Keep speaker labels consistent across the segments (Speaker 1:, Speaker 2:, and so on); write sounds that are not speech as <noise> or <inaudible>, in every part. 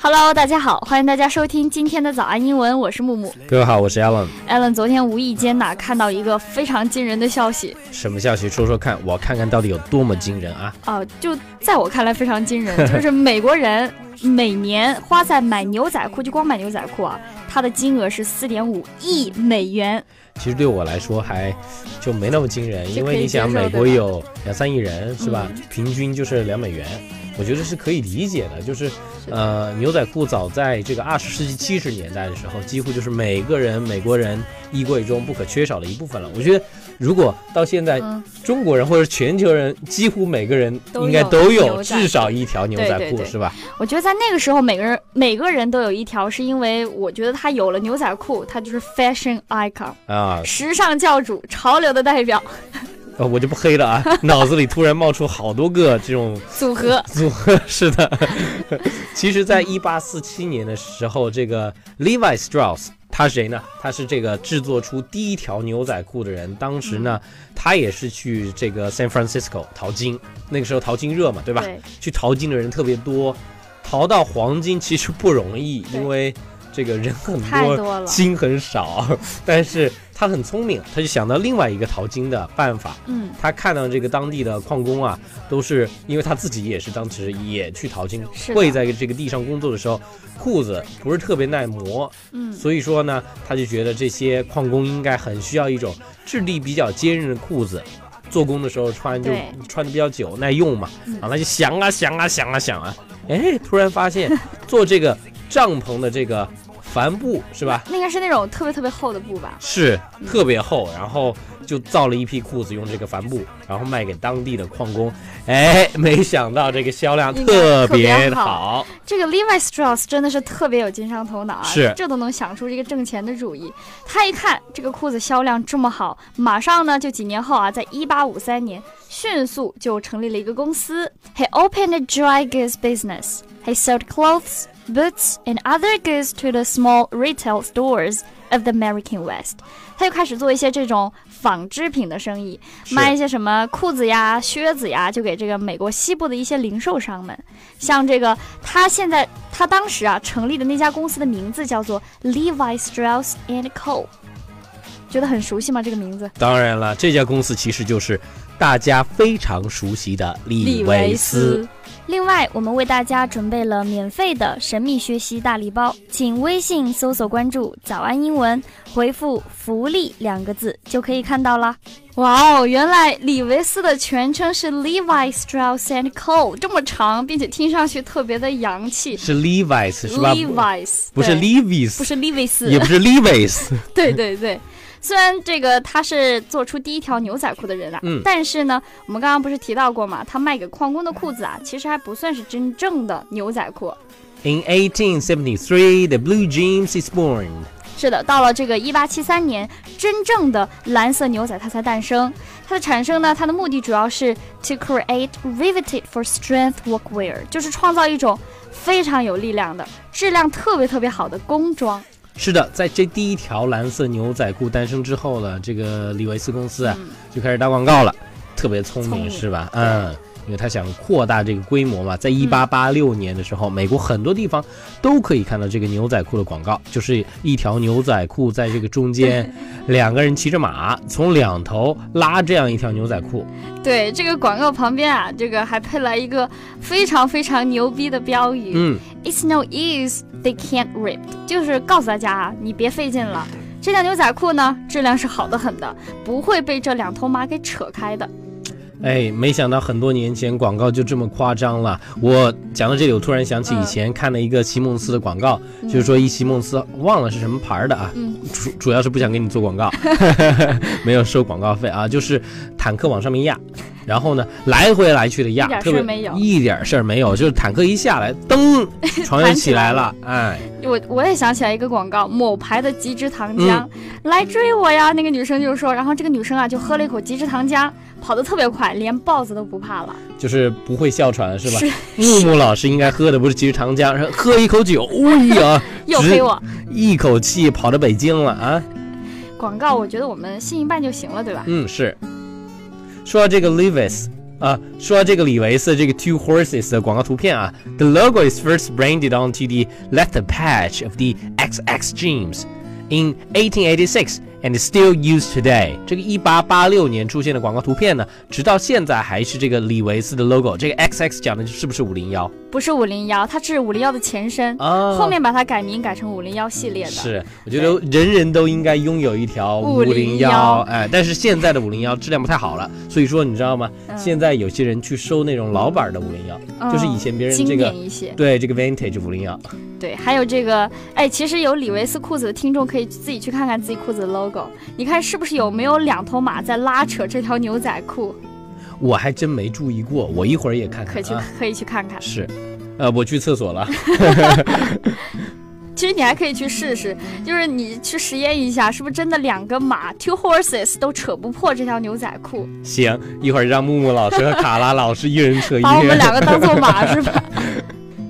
Speaker 1: Hello，大家好，欢迎大家收听今天的早安英文，我是木木。
Speaker 2: 各位好，我是 Alan。
Speaker 1: Alan 昨天无意间哪看到一个非常惊人的消息
Speaker 2: 什么消息？说说看，我看看到底有多么惊人啊！
Speaker 1: 啊、就在我看来非常惊人，就是美国人每年花在买牛仔裤，就光买牛仔裤啊，它的金额是四点五亿美元。
Speaker 2: 其实对我来说还就没那么惊人，
Speaker 1: 是
Speaker 2: 因
Speaker 1: 可
Speaker 2: 为
Speaker 1: 以
Speaker 2: 你想，
Speaker 1: 接受
Speaker 2: 美
Speaker 1: 的
Speaker 2: 国有两三亿人是吧？
Speaker 1: 嗯
Speaker 2: 平均就是两美元，我觉得是可以理解的。就是呃，牛仔裤早在这个二十世纪七十年代的时候，几乎就是每个人美国人衣柜中不可缺少的一部分了。我觉得如果到现在，
Speaker 1: 嗯，
Speaker 2: 中国人或者全球人几乎每个人
Speaker 1: 都
Speaker 2: 应该
Speaker 1: 有
Speaker 2: 都
Speaker 1: 牛
Speaker 2: 有
Speaker 1: 仔裤
Speaker 2: 至少一条牛
Speaker 1: 对
Speaker 2: 仔
Speaker 1: 对
Speaker 2: 裤
Speaker 1: 对
Speaker 2: 是吧？
Speaker 1: 我觉得在那个时候，每个人每个人都有一条，是因为我觉得他有了牛仔裤，他就是 fashion icon，
Speaker 2: 啊，
Speaker 1: 时尚教主，潮流的代表
Speaker 2: 呃，我就不黑了啊，脑子里突然冒出好多个这种
Speaker 1: 组
Speaker 2: <laughs>
Speaker 1: 合。
Speaker 2: 组合。是的， <laughs> 其实，在一八四七年的时候，这个 Levi Strauss 他是谁呢？他是这个制作出第一条牛仔裤的人。当时呢，
Speaker 1: 嗯
Speaker 2: 他也是去这个 San Francisco 淘金，那个时候淘金热嘛，对吧？
Speaker 1: 对，
Speaker 2: 去淘金的人特别多，淘到黄金其实不容易，
Speaker 1: 对
Speaker 2: 因为这个人很
Speaker 1: 太多了
Speaker 2: 金很少。 <laughs> 但是他很聪明，他就想到另外一个淘金的办法。
Speaker 1: 嗯。
Speaker 2: 他看到这个当地的矿工啊，都是因为他自己也是当时也去淘金
Speaker 1: 是，的
Speaker 2: 跪在这个地上工作的时候，裤子不是特别耐磨，
Speaker 1: 嗯
Speaker 2: 所以说呢，他就觉得这些矿工应该很需要一种质地比较坚韧的裤子。做工的时候穿就
Speaker 1: 对
Speaker 2: 穿的比较久，耐用嘛
Speaker 1: 嗯，
Speaker 2: 啊，他就想啊想啊想啊想啊，哎，突然发现做这个帐篷的这个帆布是吧，
Speaker 1: 那应该是那种特别特别厚的布吧？
Speaker 2: 是特别厚，然后就造了一批裤子，用这个帆布，然后卖给当地的矿工。哎，没想到这个销量
Speaker 1: 应该特
Speaker 2: 特
Speaker 1: 别
Speaker 2: 别
Speaker 1: 好
Speaker 2: 好，
Speaker 1: 这个 Levi Strauss 真的是特别有经商头脑啊，
Speaker 2: 是
Speaker 1: 这都能想出这个挣钱的主意。他一看这个裤子销量这么好，马上呢就几年后啊，在一八五三年迅速就成立了一个公司，He opened a dry goods business. He sold clothes, boots, and other goods to the small retail stores of the American West. 他就开始做一些这种纺织品的生意，
Speaker 2: 是
Speaker 1: 卖一些什么裤子呀、靴子呀，就给这个美国西部的一些零售商们。像这个，他现在他当时啊成立的那家公司的名字叫做 Levi Strauss and Co。觉得很熟悉吗？这个名字？
Speaker 2: 当然了，这家公司其实就是大家非常熟悉的利维斯。。
Speaker 1: 另外，我们为大家准备了免费的神秘学习大礼包，请微信搜索关注“早安英文”，回复“福利”两个字就可以看到啦。哇哦，原来李维斯的全称是 Levi Strauss and Co，这么长，并且听上去特别的洋气。
Speaker 2: 是 Levi's 是吧？
Speaker 1: Levi's
Speaker 2: 不是
Speaker 1: 对
Speaker 2: Levi's，
Speaker 1: 不是 Levi's，
Speaker 2: 也不是 Levi's， <laughs>
Speaker 1: 对对对，虽然这个他是做出第一条牛仔裤的人啊，
Speaker 2: 嗯
Speaker 1: 但是呢，我们刚刚不是提到过嘛，他卖给矿工的裤子啊，其实还不算是真正的牛仔裤。
Speaker 2: In 1873, the blue jeans is born.
Speaker 1: 是的，到了这个一八七三年，真正的蓝色牛仔它才诞生。它的产生呢，它的目的主要是 to create riveted for strength workwear，就是创造一种非常有力量的、质量特别特别好的工装。
Speaker 2: 是的，在这第一条蓝色牛仔裤诞生之后呢，这个李维斯公司啊、
Speaker 1: 嗯
Speaker 2: 就开始打广告了，特别聪
Speaker 1: 聪明
Speaker 2: 明是吧？嗯，因为他想扩大这个规模嘛。在一八八六年的时候，美国很多地方都可以看到这个牛仔裤的广告，就是一条牛仔裤在这个中间，两个人骑着马从两头拉这样一条牛仔裤。
Speaker 1: 对，这个广告旁边啊，这个还配来一个非常非常牛逼的标语。
Speaker 2: 嗯，
Speaker 1: It's no use, they can't rip，就是告诉大家啊，你别费劲了。这条牛仔裤呢，质量是好的很的，不会被这两头马给扯开的。
Speaker 2: 哎，没想到很多年前广告就这么夸张了。我讲到这里，我突然想起以前看了一个席梦思的广告，就是说一席梦思忘了是什么牌儿的啊，
Speaker 1: 嗯
Speaker 2: 主主要是不想给你做
Speaker 1: <laughs>
Speaker 2: 广告，没有收广告费啊，就是坦克往上面压。然后呢，来回来去的压
Speaker 1: 一点，
Speaker 2: 特
Speaker 1: 事儿
Speaker 2: 别
Speaker 1: 没有
Speaker 2: 一点事儿没有，就是坦克一下来，
Speaker 1: <laughs>
Speaker 2: 噔，船
Speaker 1: 弹
Speaker 2: 就
Speaker 1: 起
Speaker 2: 起
Speaker 1: 来
Speaker 2: 来
Speaker 1: 了
Speaker 2: 了，哎，
Speaker 1: 我我也想起来一个广告，某牌的极致糖浆，
Speaker 2: 嗯
Speaker 1: 来追我呀！那个女生就说，然后这个女生啊就喝了一口极致糖浆，跑得特别快，连豹子都不怕了。
Speaker 2: 就是不会哮喘是吧
Speaker 1: <laughs> 是？
Speaker 2: 木木老师应该喝的不是其实长江，是喝一口酒，哎
Speaker 1: <laughs>
Speaker 2: 呀，
Speaker 1: 又
Speaker 2: 直
Speaker 1: 黑我，
Speaker 2: 一口气跑到北京了啊！
Speaker 1: 广告我觉得我们信一半就行了，对吧？
Speaker 2: 嗯，是。说到这个 Levi's，呃，说到这个李维斯这个 Two Horses 的广告图片啊，The logo is first branded onto the leather patch of the XX Jeans in 1886 and is still used today。这个1886年出现的广告图片呢，直到现在还是这个李维斯的 logo。这个 XX 讲的是不是501
Speaker 1: 不是五零幺，它是五零幺的前身，
Speaker 2: 啊？
Speaker 1: 后面把它改名改成五零幺系列的。
Speaker 2: 是，我觉得人人都应该拥有一条五零幺，
Speaker 1: 501
Speaker 2: 哎，但是现在的五零幺质量不太好了，所以说你知道吗？
Speaker 1: 嗯
Speaker 2: 现在有些人去收那种老版的五零幺，
Speaker 1: 嗯
Speaker 2: 就是以前别人
Speaker 1: 经
Speaker 2: 这个
Speaker 1: 典一些。
Speaker 2: 对这个 vintage 五零幺，
Speaker 1: 对，还有这个，哎，其实有李维斯裤子的听众可以自己去看看自己裤子的 logo，你看是不是有没有两头马在拉扯这条牛仔裤？
Speaker 2: 我还真没注意过，我一会儿也看
Speaker 1: 可以去
Speaker 2: 看啊。
Speaker 1: 可以去看看。
Speaker 2: 是，呃，我去厕所了。 <laughs>
Speaker 1: 其实你还可以去试试，就是你去实验一下，是不是真的两个马 two horses 都扯不破这条牛仔裤？
Speaker 2: 行，一会儿让木木老师和卡拉老师一人扯一
Speaker 1: 把我们
Speaker 2: 个。
Speaker 1: 两个当做
Speaker 2: <laughs>
Speaker 1: 马是吧？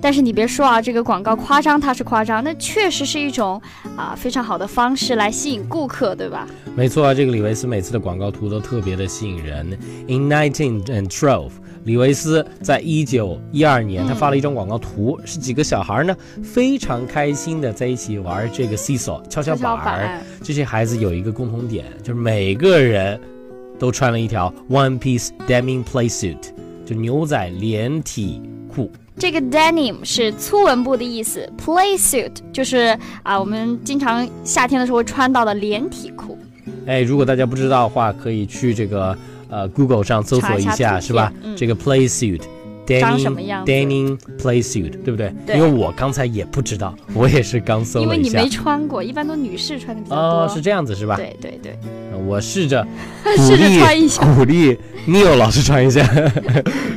Speaker 1: 但是你别说啊，这个广告夸张它是夸张，那确实是一种啊非常好的方式来吸引顾客，对吧？
Speaker 2: 没错啊，这个李维斯每次的广告图都特别的吸引人。In 1912，李维斯在一九一二
Speaker 1: 嗯
Speaker 2: 年，他发了一张广告图，是几个小孩呢非常开心的在一起玩这个 seesaw 跷跷板儿。
Speaker 1: 板，
Speaker 2: 这些孩子有一个共同点，就是每个人都穿了一条 one piece denim play suit，就牛仔连体裤。
Speaker 1: 这个 denim 是粗文布的意思，play suit 就是啊我们经常夏天的时候会穿到的连体裤。
Speaker 2: 哎，如果大家不知道的话，可以去这个呃 Google 上搜索一
Speaker 1: 查一下图片
Speaker 2: 是吧？
Speaker 1: 嗯
Speaker 2: 这个 play suit。
Speaker 1: 长什么样
Speaker 2: denim
Speaker 1: 子
Speaker 2: denim play suit，对不对？
Speaker 1: 对
Speaker 2: 因为我刚才也不知道，我也是刚搜
Speaker 1: 因
Speaker 2: 了
Speaker 1: 为
Speaker 2: 一
Speaker 1: 你
Speaker 2: 下
Speaker 1: 没。穿过，一般都女士穿的比较多。
Speaker 2: 哦，是这样子是吧？
Speaker 1: 对对对，
Speaker 2: 呃我试着鼓
Speaker 1: <laughs> 试着
Speaker 2: 励
Speaker 1: 穿一下。
Speaker 2: 鼓励 Neil 老师穿一下。 <laughs>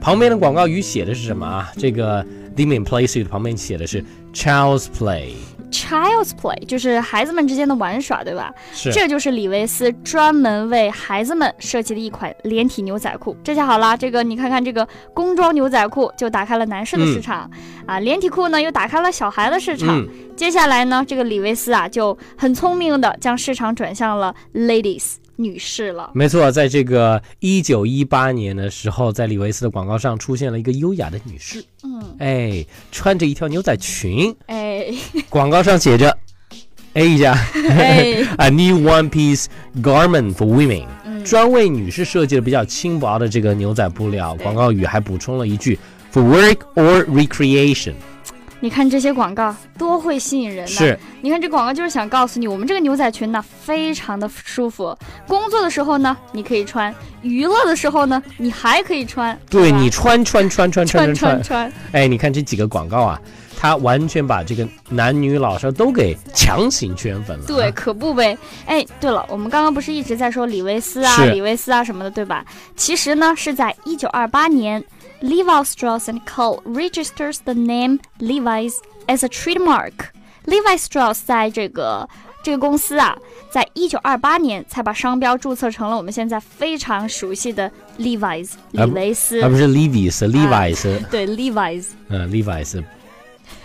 Speaker 2: 旁边的广告语写的是什么啊？这个 denim play suit 旁边写的是 child's play，
Speaker 1: Child's play 就是孩子们之间的玩耍，对吧？
Speaker 2: 是
Speaker 1: 这就是李维斯专门为孩子们设计的一款连体牛仔裤。这下好啦，这个你看看这个工装牛仔裤就打开了男士的市场，啊，连体裤呢又打开了小孩的市场。
Speaker 2: 嗯，
Speaker 1: 接下来呢，这个李维斯啊就很聪明的将市场转向了 ladies 女士了。
Speaker 2: 没错，在这个一九一八年的时候，在李维斯的广告上出现了一个优雅的女士，
Speaker 1: 嗯，
Speaker 2: 哎，穿着一条牛仔裙，
Speaker 1: 哎
Speaker 2: 广告上写着 <laughs> A 一下
Speaker 1: 哎，
Speaker 2: ，A new one-piece garment for women，
Speaker 1: 嗯
Speaker 2: 专为女士设计的比较轻薄的这个牛仔布料。
Speaker 1: 对
Speaker 2: 广告语还补充了一句 for work or recreation，
Speaker 1: 你看这些广告多会吸引人呐、
Speaker 2: 是
Speaker 1: 你看这广告就是想告诉你，我们这个牛仔裙呢非常的舒服，工作的时候呢你可以穿，娱乐的时候呢你还可以穿，
Speaker 2: 对
Speaker 1: 是吧
Speaker 2: 你穿穿穿穿穿
Speaker 1: 穿
Speaker 2: 穿穿
Speaker 1: 穿，穿，
Speaker 2: 哎，你看这几个广告啊，它完全把这个男女老少都给强行圈粉了。
Speaker 1: <laughs>
Speaker 2: 啊 <laughs>
Speaker 1: 对，，可不呗。哎，对了，我们刚刚不是一直在说李维斯啊、
Speaker 2: 是
Speaker 1: 李维斯啊什么的，对吧？其实呢是在一九二八年，Levi Strauss and Co. registers the name Levi's as a trademark。Levi Strauss 在这个这个公司啊，在一九二八年才把商标注册成了我们现在非常熟悉的 Levi's 李
Speaker 2: 而哎不
Speaker 1: 维斯。
Speaker 2: 而不是
Speaker 1: 哎
Speaker 2: Levi's，Levi's，
Speaker 1: 对，Levi's
Speaker 2: 嗯，Levi's。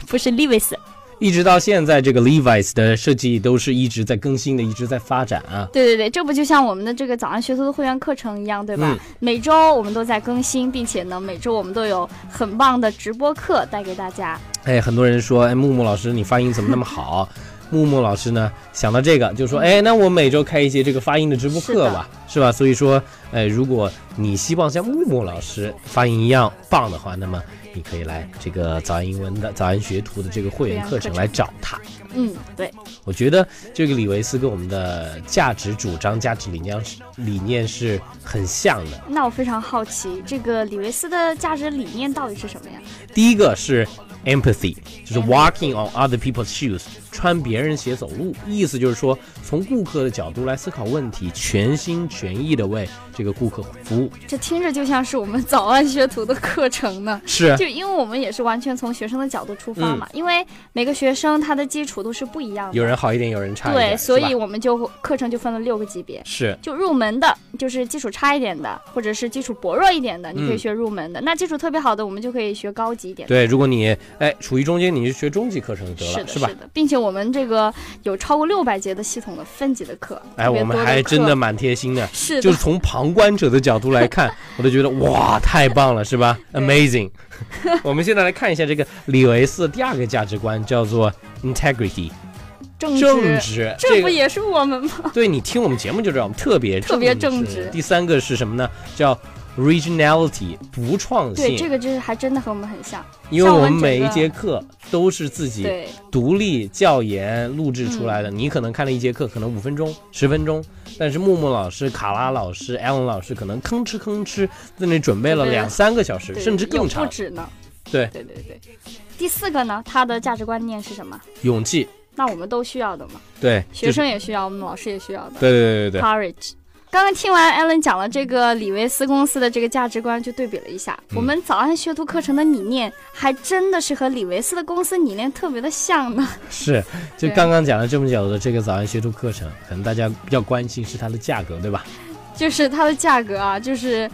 Speaker 1: 不是 Levi's。
Speaker 2: 一直到现在，这个 Levi's 的设计都是一直在更新的，一直在发展啊。
Speaker 1: 对对对，这不就像我们的这个早安学徒的会员课程一样，对吧？
Speaker 2: 嗯
Speaker 1: 每周我们都在更新，并且呢，每周我们都有很棒的直播课带给大家。
Speaker 2: 哎，很多人说，哎，木木老师你发音怎么那么好？ <laughs> 木木老师呢，想到这个就说，哎，那我每周开一些这个发音的直播课吧，是吧？所以说，哎，如果你希望像木木老师发音一样棒的话，那么你可以来这个早安英文的早安学徒的这个会啊员课程
Speaker 1: 会员课程
Speaker 2: 来找他。
Speaker 1: 嗯，对，
Speaker 2: 我觉得这个李维斯跟我们的价值主张、价值理念是理念是很像的。
Speaker 1: 那我非常好奇，这个李维斯的价值理念到底是什么呀？
Speaker 2: 第一个是 empathy，就是 walking on other people's shoes，穿别人鞋走路，意思就是说从顾客的角度来思考问题，全心全意的为这个顾客服务。
Speaker 1: 这听着就像是我们早安学徒的课程
Speaker 2: <laughs>
Speaker 1: 呢。
Speaker 2: 是啊
Speaker 1: 就因为我们也是完全从学生的角度出发嘛，因为每个学生他的基础都是不一样的。
Speaker 2: 嗯有人好一点，有人差一点，
Speaker 1: 对，所以
Speaker 2: 是吧
Speaker 1: 我们就课程就分了六个级别。
Speaker 2: 是
Speaker 1: 就入门的，就是基础差一点的，或者是基础薄弱一点的，你可以
Speaker 2: 嗯
Speaker 1: 学入门的。那基础特别好的，我们就可以学高级一点的。
Speaker 2: 对。如果你哎处于中间，你就学中级课程得
Speaker 1: 是
Speaker 2: 了，
Speaker 1: 的，
Speaker 2: 吧？
Speaker 1: 的，并且我我们这个有超过六百节的系统的分级的课，
Speaker 2: 哎，
Speaker 1: 特别
Speaker 2: 我们
Speaker 1: 多
Speaker 2: 还真
Speaker 1: 课
Speaker 2: 的蛮贴心的，
Speaker 1: 是
Speaker 2: 就是
Speaker 1: 的，
Speaker 2: 从旁观者的角度
Speaker 1: <laughs>
Speaker 2: 来看，我都觉得哇，太棒了，是吧
Speaker 1: 对
Speaker 2: ？Amazing。我 <laughs> 们现在来看一下这个李维斯的第二个价值观，叫做 integrity，
Speaker 1: 政
Speaker 2: 正
Speaker 1: 治，
Speaker 2: 直。
Speaker 1: 这
Speaker 2: 这
Speaker 1: 不
Speaker 2: 个
Speaker 1: 也是我
Speaker 2: <laughs>
Speaker 1: 们吗？
Speaker 2: 对你听我们节目就知道，我们特别
Speaker 1: 特别
Speaker 2: 正
Speaker 1: 正直
Speaker 2: 第三个是什么呢？叫 originality，独创
Speaker 1: 对，这
Speaker 2: 性。
Speaker 1: 个真是还真的和我们很像。
Speaker 2: 因为
Speaker 1: 像我
Speaker 2: 我
Speaker 1: 们
Speaker 2: 们每
Speaker 1: 整
Speaker 2: 一
Speaker 1: 个
Speaker 2: 节课都是自己
Speaker 1: 对，嗯
Speaker 2: 独立教研录制出来的。你可能看了一节课，可能五分钟、十分钟，但是木木老师、卡拉老师、艾伦老师可能吭哧吭哧在那准备
Speaker 1: 准备
Speaker 2: 了
Speaker 1: 了
Speaker 2: 两三个小时，
Speaker 1: 对
Speaker 2: 甚至
Speaker 1: 有
Speaker 2: 更
Speaker 1: 不
Speaker 2: 长。
Speaker 1: 止呢。
Speaker 2: 对
Speaker 1: 对对对。第四个呢，他的价值观念是什么？
Speaker 2: 勇气，
Speaker 1: 那我们都需要的嘛，
Speaker 2: 对，
Speaker 1: 学生也需要，我们老师也需要的。
Speaker 2: 就是，对对对对对，
Speaker 1: courage。刚刚听完 Alan 讲了这个李维斯公司的这个价值观，就对比了一下，
Speaker 2: 嗯
Speaker 1: 我们早安学徒课程的理念还真的是和李维斯的公司理念特别的像呢。 <laughs>
Speaker 2: 是。就
Speaker 1: 对
Speaker 2: 刚刚讲了这么久的这个早安学徒课程，可能大家比较关心是它的价格，对吧？
Speaker 1: 就是它的价格啊，就是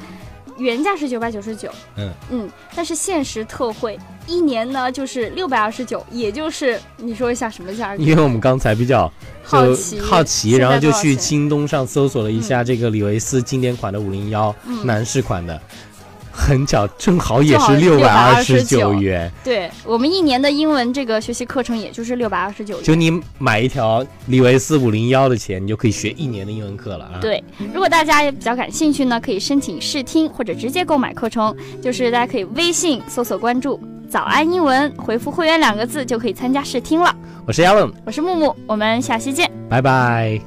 Speaker 1: 原价是九百九十九，
Speaker 2: 嗯
Speaker 1: 嗯，但是限时特惠一年呢就是六百二十九，也就是你说一下什么价格？
Speaker 2: <laughs> 因为我们刚才比较就
Speaker 1: 奇
Speaker 2: 好
Speaker 1: 好
Speaker 2: 奇，然后就去
Speaker 1: 清，
Speaker 2: 京东上搜索了一下这个李维斯经典款的五零幺
Speaker 1: 嗯
Speaker 2: 男士款的，很巧，正好也
Speaker 1: 正好
Speaker 2: 是六百二十九
Speaker 1: 629
Speaker 2: 元。
Speaker 1: 对我们一年的英文这个学习课程也就是六百二十九
Speaker 2: 就你买一条李维斯五零幺的钱，你就可以学一年的英文课了啊！，
Speaker 1: 对，如果大家也比较感兴趣呢，可以申请试听或者直接购买课程，就是大家可以微信搜索关注“早安英文”，回复“会员”两个字就可以参加试听了。
Speaker 2: 我是 Alan，
Speaker 1: 我是木木，我们下期见。
Speaker 2: 拜拜。